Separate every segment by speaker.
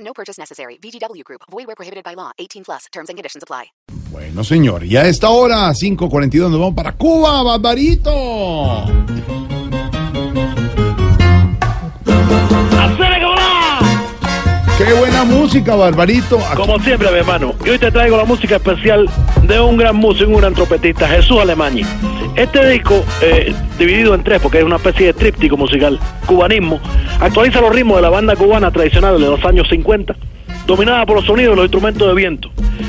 Speaker 1: No purchase necessary. VGW Group. Void where prohibited by law. 18 plus. Terms and conditions apply.
Speaker 2: Bueno, señor, y a esta hora, 5.42, nos vamos para Cuba, Barbarito.
Speaker 3: ¡Hacele cobrar!
Speaker 2: ¡Qué buena música, Barbarito! Aquí-
Speaker 3: Como siempre, mi hermano, y hoy te traigo la música especial de un gran músico, un gran trompetista, Jesús Alemañi. Este disco, eh, dividido en tres, porque es una especie de tríptico musical, cubanismo, actualiza los ritmos de la banda cubana tradicional de los años 50, dominada por los sonidos y los instrumentos de viento.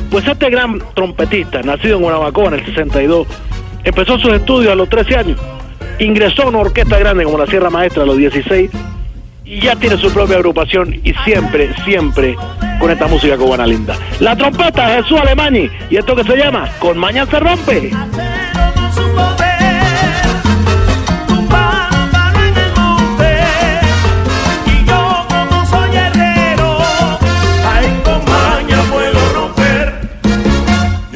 Speaker 3: Pues este gran trompetista, nacido en Guanabacoa en el 62, empezó sus estudios a los 13 años, ingresó a una orquesta grande como la Sierra Maestra a los 16, y ya tiene su propia agrupación y siempre, siempre con esta música cubana linda. La trompeta Jesús Alemani y esto que se llama Con Mañana se rompe.
Speaker 4: Su poder, un pájaro en el monte, y yo como soy herrero, ahí con maña puedo romper.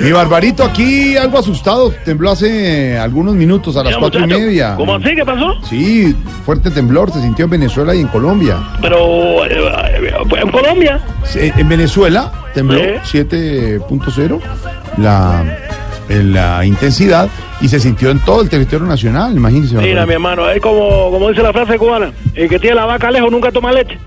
Speaker 2: Mi Barbarito aquí, algo asustado, tembló hace algunos minutos, a las
Speaker 3: Ya,
Speaker 2: cuatro y
Speaker 3: muchacho,
Speaker 2: media.
Speaker 3: ¿Cómo así? ¿Qué pasó?
Speaker 2: Sí, fuerte temblor, se sintió en Venezuela y en Colombia.
Speaker 3: Pero eh, eh, en Colombia.
Speaker 2: Se- En Venezuela tembló
Speaker 3: ¿Eh?
Speaker 2: 7.0 la, en la intensidad y se sintió en todo el territorio nacional, imagínese.
Speaker 3: Mira,
Speaker 2: Barbarito.
Speaker 3: mi hermano, es como, como dice la frase cubana, el que tiene la vaca lejos nunca toma leche.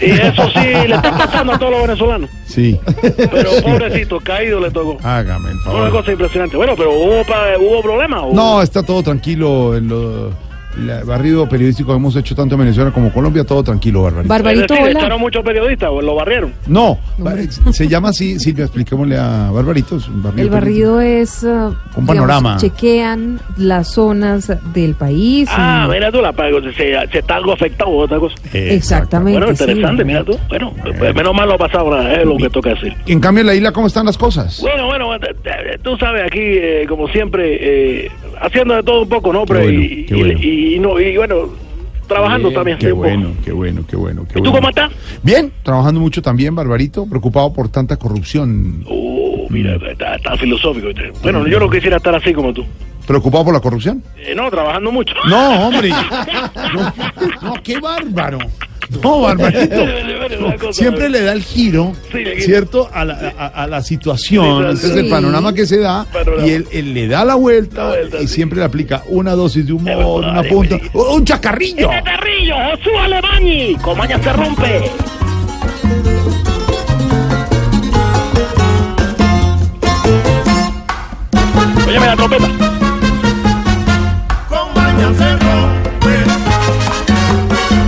Speaker 3: Y eso sí le está pasando a todos los venezolanos.
Speaker 2: Sí,
Speaker 3: Pero pobrecito, caído le tocó.
Speaker 2: hágame el
Speaker 3: Una
Speaker 2: favor.
Speaker 3: cosa impresionante. Bueno, pero hubo, pa- hubo problemas. ¿o?
Speaker 2: No, está todo tranquilo. En lo, la- barrido periodístico que hemos hecho tanto en Venezuela como Colombia, todo tranquilo, Barbarito.
Speaker 3: Es
Speaker 5: Barbarito,
Speaker 3: decir,
Speaker 5: hola.
Speaker 3: echaron muchos periodistas, o lo barrieron.
Speaker 2: no, ba- se llama así, Silvia, expliquémosle a Barbarito. es un
Speaker 5: El
Speaker 2: periodístico.
Speaker 5: barrido es. ah, digamos,
Speaker 2: panorama.
Speaker 5: chequean las zonas del país.
Speaker 3: Ah,
Speaker 5: y-
Speaker 3: mira tú, la, se, se está algo afectado o otra cosa.
Speaker 2: Eh.
Speaker 5: Exactamente.
Speaker 3: Bueno,
Speaker 5: sí.
Speaker 3: interesante, mira tú. Bueno, pues, menos mal lo ha pasado, nada, es lo que toca decir.
Speaker 2: En cambio, en la isla, ¿cómo están las cosas?
Speaker 3: Bueno, bueno, te- te- tú sabes, aquí, eh, como siempre, eh, haciendo de todo un poco, ¿no? Pero
Speaker 2: bueno,
Speaker 3: y,
Speaker 2: qué bueno.
Speaker 3: y- y no, y bueno, trabajando también. sí,
Speaker 2: Qué
Speaker 3: un poco.
Speaker 2: bueno, qué bueno, qué bueno. qué
Speaker 3: ¿Y tú
Speaker 2: bueno.
Speaker 3: cómo estás?
Speaker 2: Bien, trabajando mucho también, Barbarito, preocupado por tanta corrupción.
Speaker 3: Oh, mira,
Speaker 2: Mm.
Speaker 3: está, está filosófico. este. Bueno, yo no quisiera estar así como tú.
Speaker 2: ¿Preocupado por la corrupción?
Speaker 3: Eh, no, trabajando mucho.
Speaker 2: No, hombre. No, no, qué bárbaro. No, Barbarito.
Speaker 3: Una cosa,
Speaker 6: Siempre le da el giro,
Speaker 3: Sí, le quita.
Speaker 6: ¿cierto? A la, a- a la situación.
Speaker 3: Sí,
Speaker 2: Entonces el
Speaker 5: Sí.
Speaker 2: panorama que se da
Speaker 3: Panorama.
Speaker 2: y él, él le da la vuelta,
Speaker 3: La vuelta,
Speaker 2: y
Speaker 3: sí.
Speaker 2: siempre le aplica una dosis de
Speaker 3: Es verdad,
Speaker 2: humor, una
Speaker 3: es
Speaker 2: punta,
Speaker 3: verdad.
Speaker 2: ¡Oh, un chacarrillo.
Speaker 3: Este terrillo, Josué Alemani, Comaña se rompe. Óyeme la trompeta.
Speaker 4: Con maña se rompe,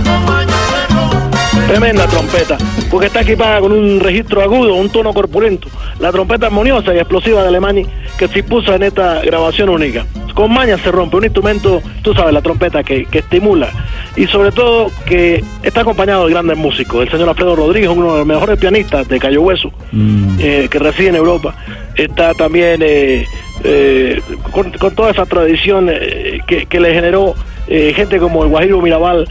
Speaker 4: con maña se rompe.
Speaker 3: Tremenda trompeta, porque está equipada con un registro agudo, un tono corpulento. La trompeta armoniosa y explosiva de Alemania que se impuso en esta grabación única. Con maña se rompe, un instrumento, tú sabes, la trompeta que, que estimula. Y sobre todo que está acompañado de grandes músicos. El señor Alfredo Rodríguez, uno de los mejores pianistas de Cayo Hueso, eh, que reside en Europa. Está también eh, eh, con, con toda esa tradición eh, que, que le generó eh, gente como el Guajiro Mirabal,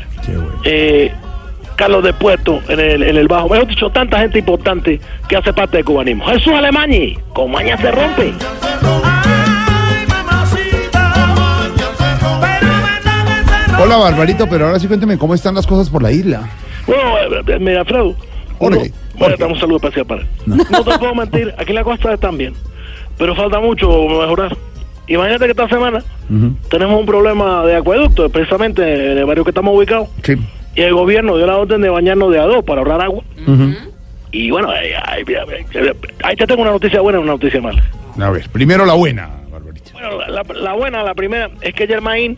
Speaker 3: eh, Carlos de Puerto en el, en el bajo. Hemos dicho, tanta gente importante que hace parte del cubanismo. Jesús Alemani, con maña se rompe.
Speaker 4: Ay, mamacita, pero verdad que se rompe.
Speaker 2: Hola Barbarito, pero ahora sí cuénteme cómo están las cosas por la isla.
Speaker 3: Bueno, eh, eh, mira, Alfredo.
Speaker 2: Jorge,
Speaker 3: uno-
Speaker 2: Jorge.
Speaker 3: Bueno, dame un saludo especial para él. No. te puedo mentir, aquí las cosas están bien, pero falta mucho mejorar. Imagínate que esta semana tenemos un problema de acueducto, precisamente en el barrio que estamos ubicados.
Speaker 2: Sí.
Speaker 3: y el gobierno dio la orden de bañarnos de a dos para ahorrar agua. Y bueno, ahí, ahí, mira, mira, ahí te tengo una noticia buena y una noticia mala.
Speaker 2: A ver, primero la buena, Barbarito.
Speaker 3: Bueno, la, la- la buena, la primera, es que Germain,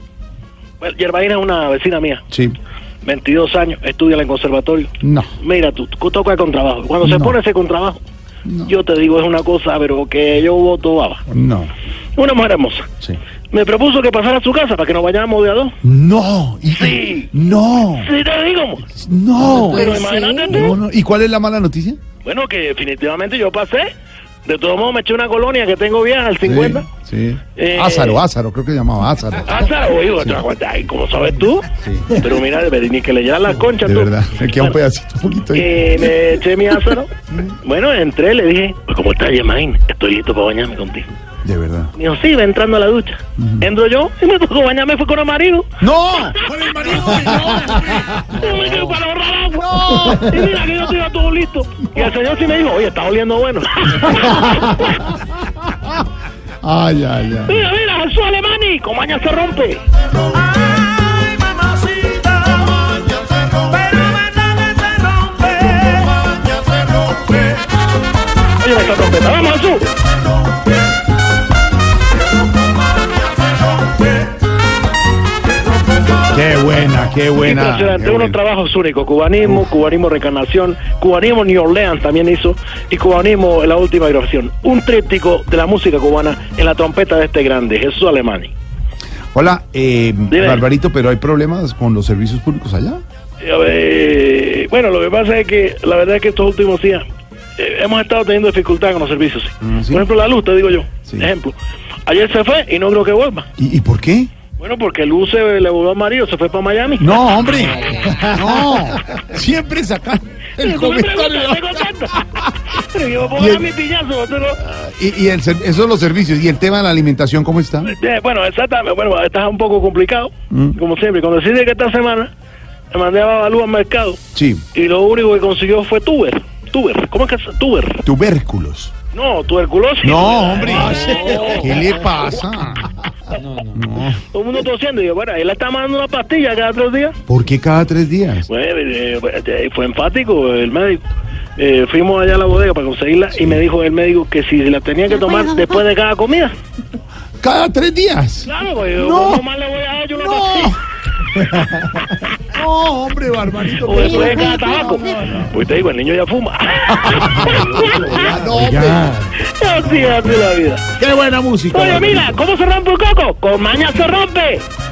Speaker 3: bueno, Germain es una vecina mía,
Speaker 2: Sí.
Speaker 3: 22 años, estudia en el conservatorio.
Speaker 2: No.
Speaker 3: Mira, tú, tú tocas con trabajo. Cuando se
Speaker 2: No.
Speaker 3: pone ese contrabajo, yo te digo, es una cosa, pero que yo voto baba.
Speaker 2: No.
Speaker 3: Una mujer hermosa.
Speaker 2: Sí.
Speaker 3: Me propuso que pasara a su casa para que nos bañáramos de a dos.
Speaker 2: No. ¿Y,
Speaker 3: Sí. sí.
Speaker 2: No,
Speaker 3: Sí, te digo.
Speaker 2: no.
Speaker 5: Pues
Speaker 3: Pero
Speaker 5: sí.
Speaker 3: imagínate.
Speaker 2: Oh, No, no. ¿Y cuál es la mala noticia?
Speaker 3: Bueno, que definitivamente yo pasé. De todos modos, me eché una colonia que tengo vieja al 50.
Speaker 2: Sí. sí.
Speaker 3: Eh,
Speaker 2: Ázaro, Ázaro, creo que se llamaba Ázaro.
Speaker 3: Hasta oído, ay, ¿cómo sabes tú?
Speaker 2: Sí.
Speaker 3: Pero mira, ni que le llevan la concha
Speaker 2: De
Speaker 3: tú.
Speaker 2: verdad, me queda un pedacito, un poquito ahí.
Speaker 3: Eh, me eché mi ázaro. bueno, entré, le dije, pues, ¿cómo estás, Yemain? Estoy listo para bañarme contigo.
Speaker 2: De verdad.
Speaker 3: Me dijo, sí, va entrando a la ducha. Entro yo y me tocó bañarme, fue con el marido.
Speaker 2: ¡No!
Speaker 3: Y me quedé para ahorrar agua. Y mira que yo estoy todo listo. Y el señor sí me dijo, oye, está oliendo bueno.
Speaker 2: Ay, ay, ay.
Speaker 3: mira, mira, Jesús Alemani, con maña se rompe.
Speaker 4: Ay, mamacita, maña se rompe. Pero verdad que se rompe. Maña se rompe.
Speaker 3: Oye, esta trompeta, vamos, Jesús.
Speaker 4: Maña se rompe.
Speaker 2: Qué buena, qué buena.
Speaker 3: Impresionante,
Speaker 2: qué
Speaker 3: unos
Speaker 2: buena.
Speaker 3: trabajos únicos, cubanismo, cubanismo recarnación, cubanismo New Orleans también hizo, y cubanismo la última grabación. Un tríptico de la música cubana en la trompeta de este grande, Jesús Alemani.
Speaker 2: Hola, eh,
Speaker 3: Dime.
Speaker 2: Barbarito, pero hay problemas con los servicios públicos allá.
Speaker 3: Y, Eh, a ver, bueno, lo que pasa es que la verdad es que estos últimos días eh, hemos estado teniendo dificultad con los servicios. sí.
Speaker 2: Mm, sí.
Speaker 3: Por ejemplo, la luz, te digo yo.
Speaker 2: Sí.
Speaker 3: Ejemplo, ayer se fue y no creo que vuelva.
Speaker 2: ¿Y, y por qué?
Speaker 3: Bueno, porque luz se le volvió al marido, se fue para Miami.
Speaker 2: No, hombre. No. Siempre sacan el
Speaker 3: Tú me
Speaker 2: comentario.
Speaker 3: preguntas, ¿te contestas? Pero yo voy
Speaker 2: Y
Speaker 3: a
Speaker 2: el-
Speaker 3: mi pillazo, tú no-
Speaker 2: Y, y el ser- esos son los servicios. ¿Y el tema de la alimentación cómo está?
Speaker 3: Eh, bueno, exactamente. Bueno, está un poco complicado,
Speaker 2: Mm.
Speaker 3: como siempre. Cuando decidí que esta semana me mandé a Babalú al mercado
Speaker 2: Sí.
Speaker 3: y lo único que consiguió fue tuber. Tuber. ¿Cómo es que es tuber?
Speaker 2: Tubérculos.
Speaker 3: No, tuberculosis.
Speaker 2: No, hombre.
Speaker 3: No.
Speaker 2: ¿Qué le pasa? No.
Speaker 3: Todo el mundo tosiendo. Y yo, bueno, él le está mandando una pastilla cada tres días.
Speaker 2: ¿Por qué cada tres días?
Speaker 3: Bueno, eh, eh, fue enfático el médico. Eh, fuimos allá a la bodega para conseguirla y me dijo el médico que si la tenía que tomar después de cada comida.
Speaker 2: ¿Cada tres días?
Speaker 3: Claro, pues, yo,
Speaker 2: No.
Speaker 3: ¿cómo más le voy a dar yo una
Speaker 2: No.
Speaker 3: pastilla?
Speaker 2: No, hombre, Barbarito.
Speaker 3: Pues eso es cada tabaco. Pues te digo, el niño ya fuma.
Speaker 2: No, hombre.
Speaker 3: así es así la vida.
Speaker 2: Qué buena música.
Speaker 3: Oye, mira, ¿cómo se rompe un coco? Con maña se rompe.